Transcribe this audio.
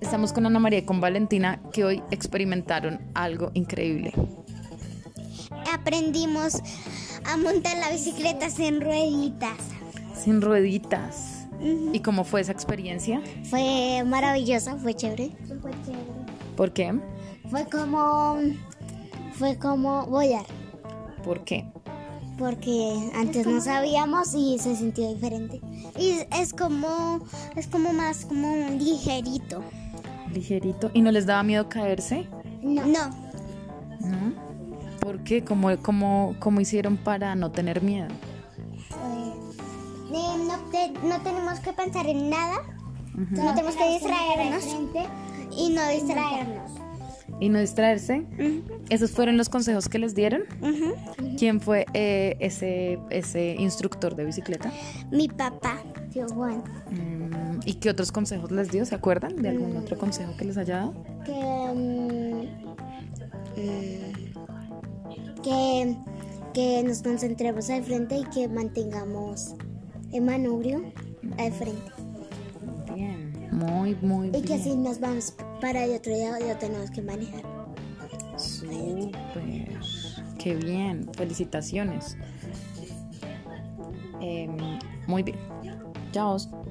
Estamos con Ana María y con Valentina que hoy experimentaron algo increíble. Aprendimos a montar la bicicleta en rueditas. Sin rueditas. ¿Y cómo fue esa experiencia? Fue maravillosa, fue chévere. ¿Por qué? Fue como. Fue como boyar, ¿Por qué? porque antes no sabíamos y se sintió diferente. Y es como. Es como más como un ligerito. Ligerito. ¿Y no les daba miedo caerse? No. ¿No? ¿Por qué? ¿Cómo, cómo, cómo hicieron para no tener miedo? Eh, no, tenemos que pensar en nada. No tenemos que distraernos. Y no distraernos. ¿Y no distraerse? ¿Esos fueron los consejos que les dieron? ¿Quién fue eh, ese, ese instructor de bicicleta? Mi papá, tío Juan, Mm, ¿Y qué otros consejos les dio? ¿Se acuerdan de algún otro consejo que les haya dado? que. mm, que. que nos concentremos al frente y que mantengamos el manubrio al frente. Bien. Muy, muy Y que bien. así nos vamos para el otro lado, ya tenemos que manejar. Súper. Qué bien. Felicitaciones. Em, muy bien. Chao.